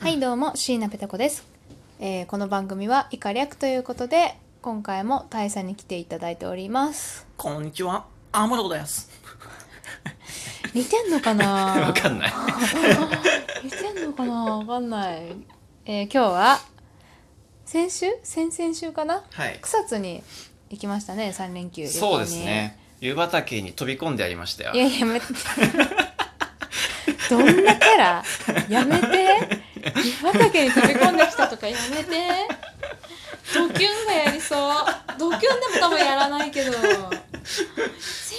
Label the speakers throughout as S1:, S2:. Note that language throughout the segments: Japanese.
S1: はいどうも椎名ペタ子です、えーこの番組は以下略ということで今回も大佐に来ていただいております
S2: こんにちは、アムロです。
S1: 似てんのかな
S2: わかんない。
S1: 似てんのかなわかんない、えー今日は先週先々週かな
S2: はい。
S1: 草津に行きましたね3連休 旅行に
S2: そうですね。湯畑に飛び込んでありましたよ
S1: い。ややめてどんなキャラやめて岩畑に飛び込んできたとかやめてドキュンがやりそうドキュンでも多分やらないけどせ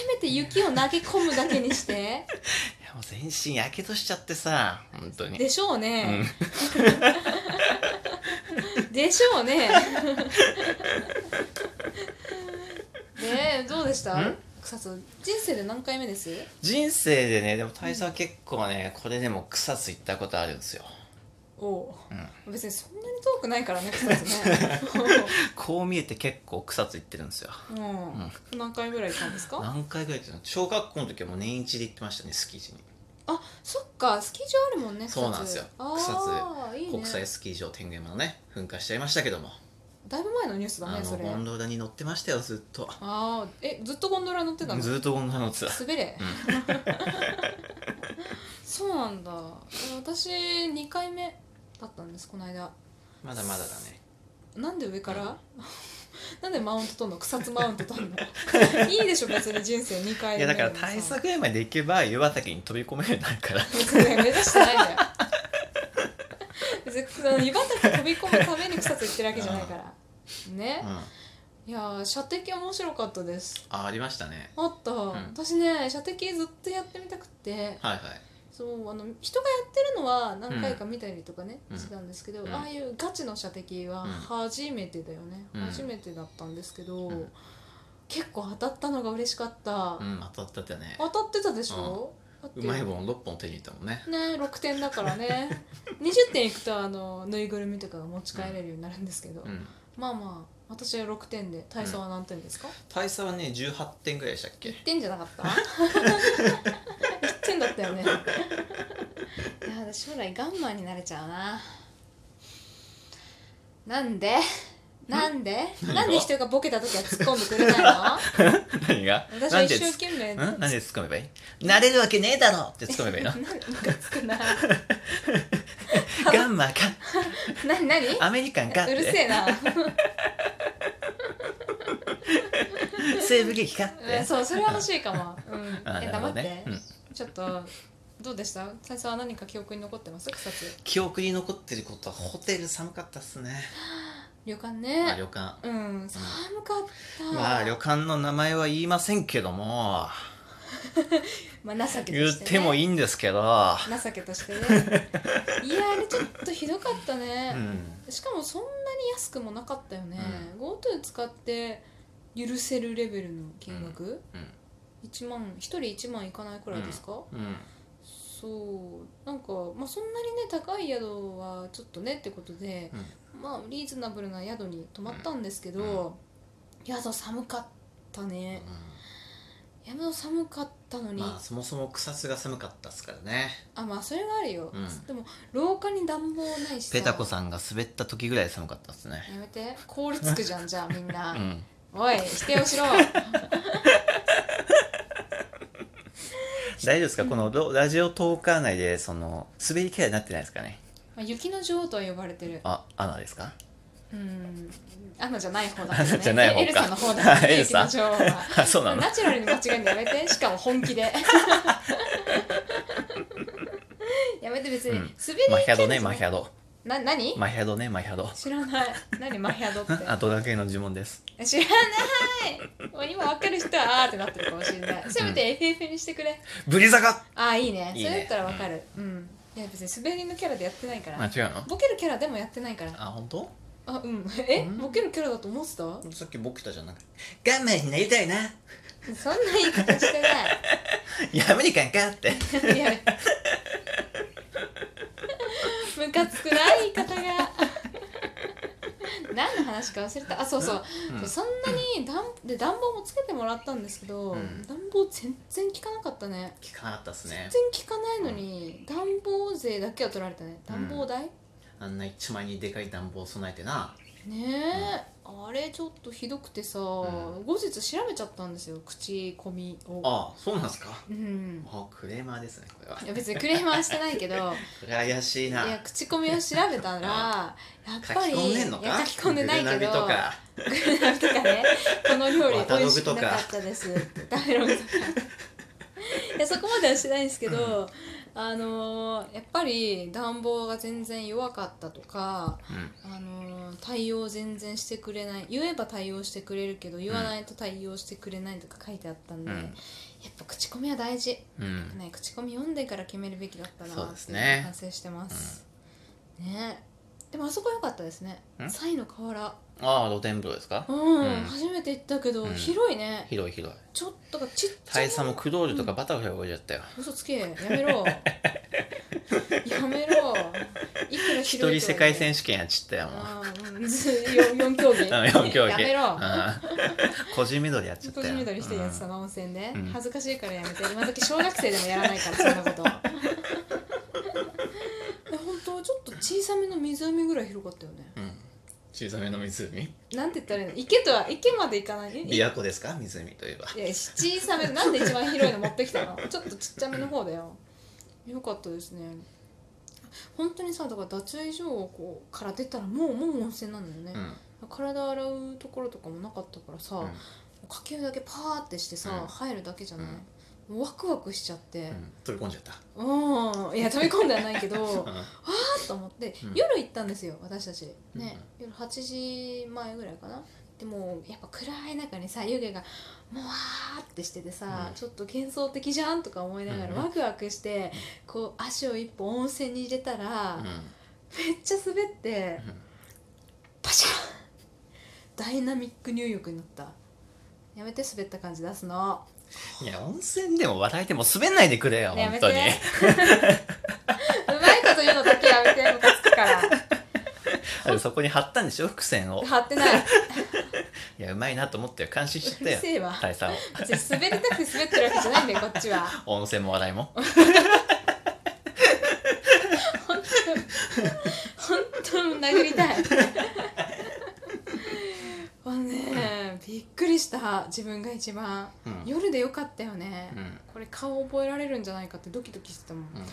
S1: めて雪を投げ込むだけにして
S2: いやもう全身やけどしちゃってさ、本当に。
S1: でしょう
S2: う
S1: ね
S2: ん、
S1: でしょうねでどうでした
S2: ん
S1: 草津人生で何回目です
S2: 人生でね、でも大佐は結構ね、これでも草津行ったことあるんですよ。
S1: おお
S2: うん、
S1: う別にそんなに遠くないからね草津ね
S2: こう見えて結構草津行ってるんですよ。
S1: うん、何回ぐらい行ったんですか
S2: 何回ぐらい行ってたの小学校の時はもう年一で行ってましたね、スキー
S1: あそっかスキー場あるもんね草津
S2: そうなんですよ
S1: あーい
S2: 草地
S1: い
S2: に。
S1: ね
S2: 国際スキー場天狗山のね、噴火しちゃいましたけども。
S1: だいぶ前のニュースだ
S2: あ
S1: ね
S2: の、
S1: それ
S2: ゴンドラに乗ってましたよ、ずっと。
S1: ああえずっとゴンドラ乗ってたの
S2: ずっとゴンドラ乗って た。
S1: 滑れ、
S2: う
S1: そうなんだえ私2回目だったんですこの間
S2: まだまだだね。
S1: なんで上から なんでマウントとんの草津マウントと んのいいでしょ別に人生2回目
S2: いやだから
S1: でもさ
S2: 対策までいけば湯畑に飛び込めるようになるから
S1: 別に目指してないん だよ別にその湯畑飛び込むために草津行ってるわけじゃないからね、
S2: うん、
S1: いやー射的面白かったです
S2: あありましたね
S1: あった、
S2: ん
S1: 私ね射的ずっとやってみたくって
S2: はいはい
S1: そうあの人がやってるのは何回か見たりとかね、
S2: うん
S1: してたんですけど、
S2: うん
S1: ああいうガチの射的は
S2: うん
S1: 初めてだよね、
S2: うん
S1: 初めてだったんですけど、
S2: うん
S1: 結構当たったのが嬉しかった、
S2: うん当たったってね
S1: 当たってたでしょ、だって
S2: うまい棒6本手に入れたもんね
S1: ね6点だから ね20点いくとあのぬいぐるみとかが持ち帰れるようになるんですけど、
S2: うん
S1: まあまあ私は6点で体操は何点ですか、
S2: 大佐はね18点ぐらいでしたっけ
S1: 1点じゃなかった ?1 点だったよねいや私将来ガンマンになれちゃうななんでなんで
S2: 何が
S1: なんで人がボケた時は突っ込んでくれないの
S2: 何が
S1: 私
S2: な
S1: は
S2: んで
S1: 一生
S2: つ
S1: 懸命
S2: ん
S1: な
S2: なんで突っ込めばいいなれるわけねえだろって突っ込めばいい の
S1: なムカつくな
S2: ガンマか
S1: 何何
S2: アメリカン かっ
S1: うるせ
S2: て
S1: えな
S2: 西部劇か
S1: う
S2: っ
S1: ん
S2: て
S1: そうそれは欲しいかも、うん、
S2: あー
S1: え
S2: なる
S1: 黙
S2: ほ
S1: っ
S2: ど
S1: て、
S2: ねうん
S1: ちょっとどうでした最初は何か記憶に残ってます草津
S2: 記憶に残ってることはホテル寒かったっすね、
S1: 旅館
S2: まあ、
S1: ね
S2: 旅館
S1: うん寒かった、
S2: まあ旅館の名前は言いませんけども
S1: まあ情けとして、ね、
S2: 言ってもいいんですけど
S1: 情けとしてね いやあれちょっとひどかった
S2: う
S1: ね、
S2: ん
S1: しかもそんなに安くもなかったよね、GoTo 使って許せるレベルの金額、
S2: うん
S1: 一万1人1万いかないくらいですか、
S2: うん
S1: そうなんか、まあ、そんなにね高い宿はちょっとねってことで、まあリーズナブルな宿に泊まったんですけど、宿寒かったね
S2: う
S1: 宿
S2: ん
S1: 寒かったのに、
S2: まあそもそも草津が寒かったっすからね
S1: あまあそれがあるよ、
S2: うん
S1: でも廊下に暖房ないしさ
S2: ペタコさんが滑った時ぐらい寒かったっすね
S1: やめて凍りつくじゃんじゃあみん
S2: う
S1: な、
S2: ん
S1: おい否定をしろ
S2: 大丈夫ですかこのロラジオトーカー内でその滑りキャラになってないですかね
S1: まあ雪の女王とは呼ばれてる
S2: あアナですか
S1: うんアナじゃない方だ
S2: アナじゃない方か
S1: エルサの方だ、
S2: はいエルサ
S1: 雪の女王は
S2: あそうなの
S1: ナチュラルに間違えるのやめてしかも本気 でやめて別に、
S2: うん
S1: 滑り
S2: マヒャド
S1: じ
S2: ね
S1: ゃな
S2: マ
S1: い
S2: ヒャド
S1: な何
S2: マヒャドねマヒャド
S1: 知らない何マヒャドって
S2: あドラクエの呪文です
S1: え知らないもう今分かる人はあーってなってるかもしれないせめて FF にしてくれ、
S2: ブリザカ
S1: ああいいね
S2: いいね
S1: それだったらわかるうん、いや別に滑りのキャラでやってないから、
S2: あ違うの
S1: ボケるキャラでもやってないから
S2: あ本当
S1: あうんえ、
S2: うん
S1: ボケるキャラだと思ってたそん
S2: さっきボケたじゃなくてガンマンになりたいな
S1: な言い方して ない
S2: やアメリカンかって
S1: いいやムカつくない言い方が何の話か忘れたあそうそう、
S2: うん
S1: そんなに暖で暖房もつけてもらったんですけど、
S2: うん
S1: 暖房全然効かなかったね
S2: 聞かなかったっすね
S1: 全然効かないのに暖房税だけは取られたね暖房代、
S2: あんな一枚にでかい暖房備えてな
S1: ねえ、あれちょっとひどくてさ、
S2: う
S1: 後日調べちゃったんですよ口コミを
S2: ああそうなんですか
S1: うん
S2: あクレーマーですねこれはい
S1: や別にクレーマーしてないけ どい
S2: これ怪しいな
S1: や口コミを調べたらやっ
S2: 書き
S1: ぱり
S2: 込んでんの
S1: いや
S2: か
S1: 書き込んでないけど
S2: グルナビとか
S1: グルナビとかねこの料理
S2: ワタ
S1: 美
S2: ロ
S1: 味し
S2: グ
S1: く
S2: と
S1: な
S2: か
S1: かったですダメログとかいやそこまではしないんですけど、あのーやっぱり暖房が全然弱かったとか
S2: うん
S1: あのー対応全然してくれない言えば対応してくれるけど言わないと対応してくれないとか書いてあったんで、
S2: うん
S1: やっぱ口コミは大事、
S2: うん
S1: ね、口コミ読んでから決めるべきだったな
S2: そうで
S1: っ
S2: す
S1: て
S2: ね
S1: 反省してます、ねでもあそこ良かったですね
S2: ん
S1: サイの河原
S2: ああ露天風呂ですか
S1: うん、
S2: うん
S1: 初めて行ったけど、
S2: うん
S1: 広いね
S2: 広い広い
S1: ちょっとがちっちゃ
S2: 大
S1: い
S2: 佐もクロールとかバタフライ覚えちゃったよ
S1: 嘘つけやめ ろやめろいくら広い
S2: 一人世界選
S1: 手
S2: 手権やっちったよもう
S1: あーうんず四四競技
S2: 4競技
S1: やめ ろ、
S2: うん個人メドレーやっちゃった
S1: 個
S2: よ
S1: 人メドレーしてるやつさ、温泉で、
S2: うん
S1: 恥ずかしいからやめて今時小学生でもやらないからそんなこと で本当ちょっと小さめの湖ぐらい広かったよね
S2: うんうん小さめの湖
S1: なんて言ったらいいの池とは池まで行かないえい
S2: 琵琶湖ですか湖といえば
S1: いや小さめなんで一番広いの持ってきたのちょっとちっちゃめの方だよよかったですね本当にさだから脱衣所をこうから出たらもうもう温泉なんだよね、
S2: うん
S1: 体洗うところとかもなかったからさ、
S2: うん
S1: かけるだけパーってしてさ、
S2: うん
S1: 入るだけじゃない、もうワクワクしちゃって
S2: うん飛び込んじゃった
S1: うん、いや飛び込んではないけ ど
S2: うん
S1: あっと思って、
S2: うん
S1: 夜行ったんですよ私たち
S2: うん
S1: ね、夜8時前ぐらいかなでもやっぱ暗い中にさ湯気がもわーってしててさ、
S2: うん
S1: ちょっと幻想的じゃんとか思いながら
S2: うん
S1: ワクワクして、こう足を一歩温泉に入れたら、
S2: うん
S1: めっちゃ滑って、
S2: うん
S1: パシャンダイナミック入浴になったやめて滑った感じ出すの
S2: いや温泉でも笑えても滑んないでくれよ
S1: ねやめ
S2: 本
S1: て
S2: 当に
S1: うまいこと言うのだけやめてムカつくから
S2: あれそこに 貼ったんでしょ伏線を
S1: 貼ってな いう
S2: いやうまいなと思って感心し
S1: る
S2: てたよ
S1: せえわ
S2: 大佐も
S1: 別に滑りたくて滑ってるわけじゃないんだよこっちは
S2: 温泉も笑いも
S1: 本当本当に殴りたい もうねびっくりした自分が一番
S2: うん
S1: 夜でよかったよね、
S2: うん
S1: これ顔覚えられるんじゃないかってドキドキしてたもん
S2: うん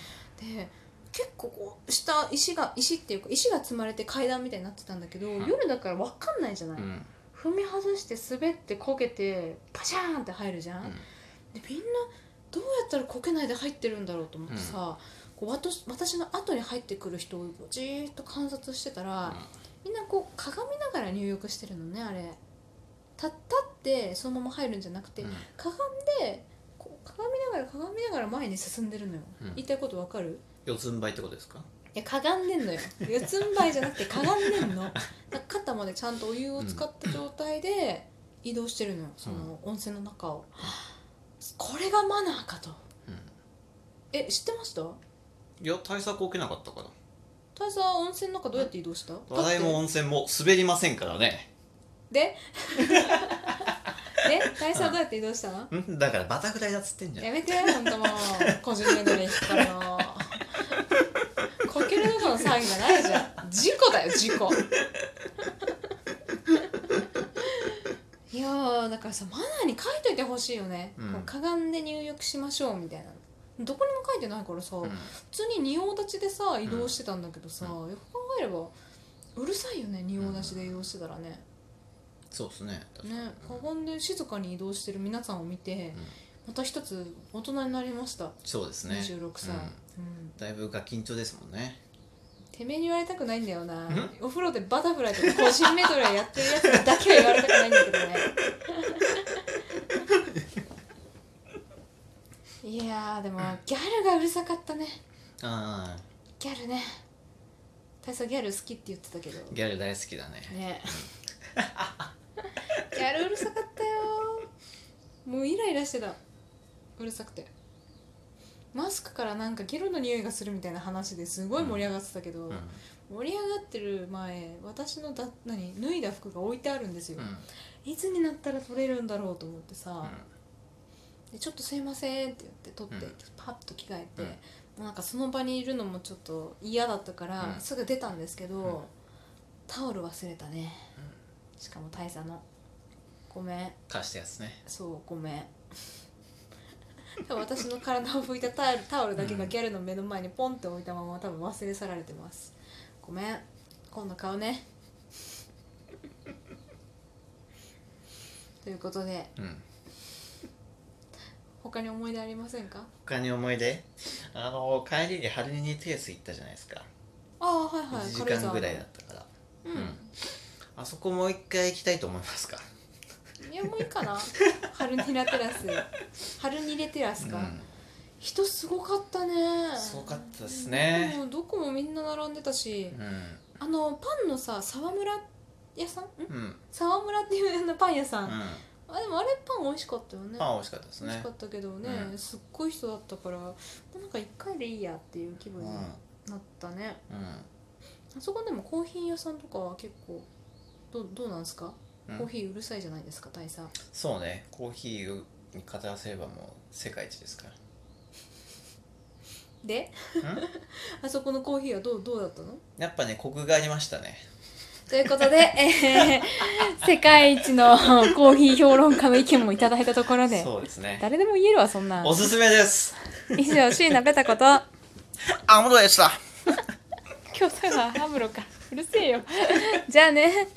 S1: で結構こう下石が石っていうか石が積まれて階段みたいになってたんだけど、
S2: ん
S1: 夜だから分かんないじゃない、
S2: うん
S1: 踏み外して滑ってこけてパシャーンって入るじゃん、
S2: うん
S1: でみんなどうやったらこけないで入ってるんだろうと思ってさ、こう私私の後に入ってくる人をじーっと観察してたら、みんなこう鏡ながら入浴してるのねあれた立ってそのまま入るんじゃなくて、
S2: うん
S1: かがんでこう鏡ながら鏡ながら前に進んでるのよ、
S2: うん
S1: 言いたいことわかる
S2: 四つん這いってことですか
S1: いやかがんでんのよ四つん這いじゃなくてかがんでんのだから肩までちゃんとお湯を使った状態で移動してるのよその温泉の中を、これがマナーかと
S2: うん
S1: え知ってました
S2: いや対策起きなかったから
S1: 大佐は温泉の中どうやって移動した
S2: 話題も
S1: だって
S2: 温泉も滑りませんからね
S1: でで大佐はどうやって移動したの
S2: んだからバタフライだっつってんじゃん
S1: やめて本当もう個人メドレー引っ張るのこけるのこの騒ぎじゃないじゃん事故だよ事故いやーだからさマナーに書いといてほしいよね、
S2: うん
S1: こうかがんで入浴しましょうみたいなどこにも書いてないからさ、
S2: うん
S1: 普通に仁王立ちでさ移動してたんだけどさ、よく考えればうるさいよね仁王立ちで移動してたらね、
S2: そうですね確かに
S1: ねかがんで静かに移動してる皆さんを見て、
S2: うん
S1: また一つ大人になりました
S2: そうですね
S1: 26歳、
S2: うん
S1: うん
S2: だいぶが緊張ですもんね
S1: てめえに言われたくないんだよなんお風呂でバタフライとか個人メドレーやってるやつだけは言われたくないんだけ どねいやーでもギャルがうるさかったね
S2: あ
S1: ギャルね大佐ギャル好きって言ってたけど
S2: あギャル大好きだね
S1: ねギャルうるさかったよもうイライラしてたうるさくてマスクからなんかゲロの匂いがするみたいな話ですごい盛り上がってたけど、
S2: うん
S1: 盛り上がってる前私のだ何脱いだ服が置いてあるんですよ
S2: う、ん
S1: いつになったら取れるんだろうと思って
S2: う
S1: さ
S2: ん
S1: 「でちょっとすいません」って言って取って、
S2: うん
S1: パッと着替えて、
S2: うん
S1: なんかその場にいるのもちょっと嫌だったから、
S2: うん
S1: すぐ出たんですけど、
S2: うん
S1: タオル忘れたね、しかも大佐のごめん
S2: 貸したやつね
S1: そうごめん 多分私の体を拭いたタオルタオルだけがギャルの目の前にポンって置いたまま多分忘れ去られてますごめん今度買う ねということで
S2: うん
S1: 他に思い出ありませんか
S2: 他に思い出あの帰りに晴れにテース行ったじゃないですか、
S1: ああはいはい
S2: 1時
S1: 軽井
S2: 間
S1: 沢
S2: ぐらいだったから
S1: うん、
S2: あそこもう一回行きたいと思いますか
S1: いやもういいか な春ニラテラス春ニレテラスか、
S2: う
S1: 人すごかったね
S2: んすごかったですね
S1: もうどこもみんな並んでたし
S2: うん
S1: あのパンのさ沢村屋さんん
S2: うんうん
S1: 沢村っていうあのパン屋さん、あでもあれパン美味しかったよね
S2: パン美味しかったです
S1: 美味し
S2: ね
S1: かったけどね、
S2: うん
S1: すっごい人だったからもうなんか一回でいいやっていう気
S2: う
S1: 分
S2: ん
S1: に
S2: うん
S1: なったね、あそこでもコーヒー屋さんとかは結構どうどうなんですか、
S2: うん
S1: コーヒーうるさいじゃないですか大佐
S2: そうねコーヒーに語らせればもう世界一ですから
S1: であそこのコーヒーはどうどうだったの
S2: やっぱねコクがありましたね
S1: ということで、え ー世界一のコーヒー評論家の意見もいただいたところで
S2: そうですね
S1: 誰でも言えるわそんなん
S2: おすすめです
S1: 以上椎名ペタ こと
S2: アムロでした
S1: 今日さハムロかうるせえよじゃあね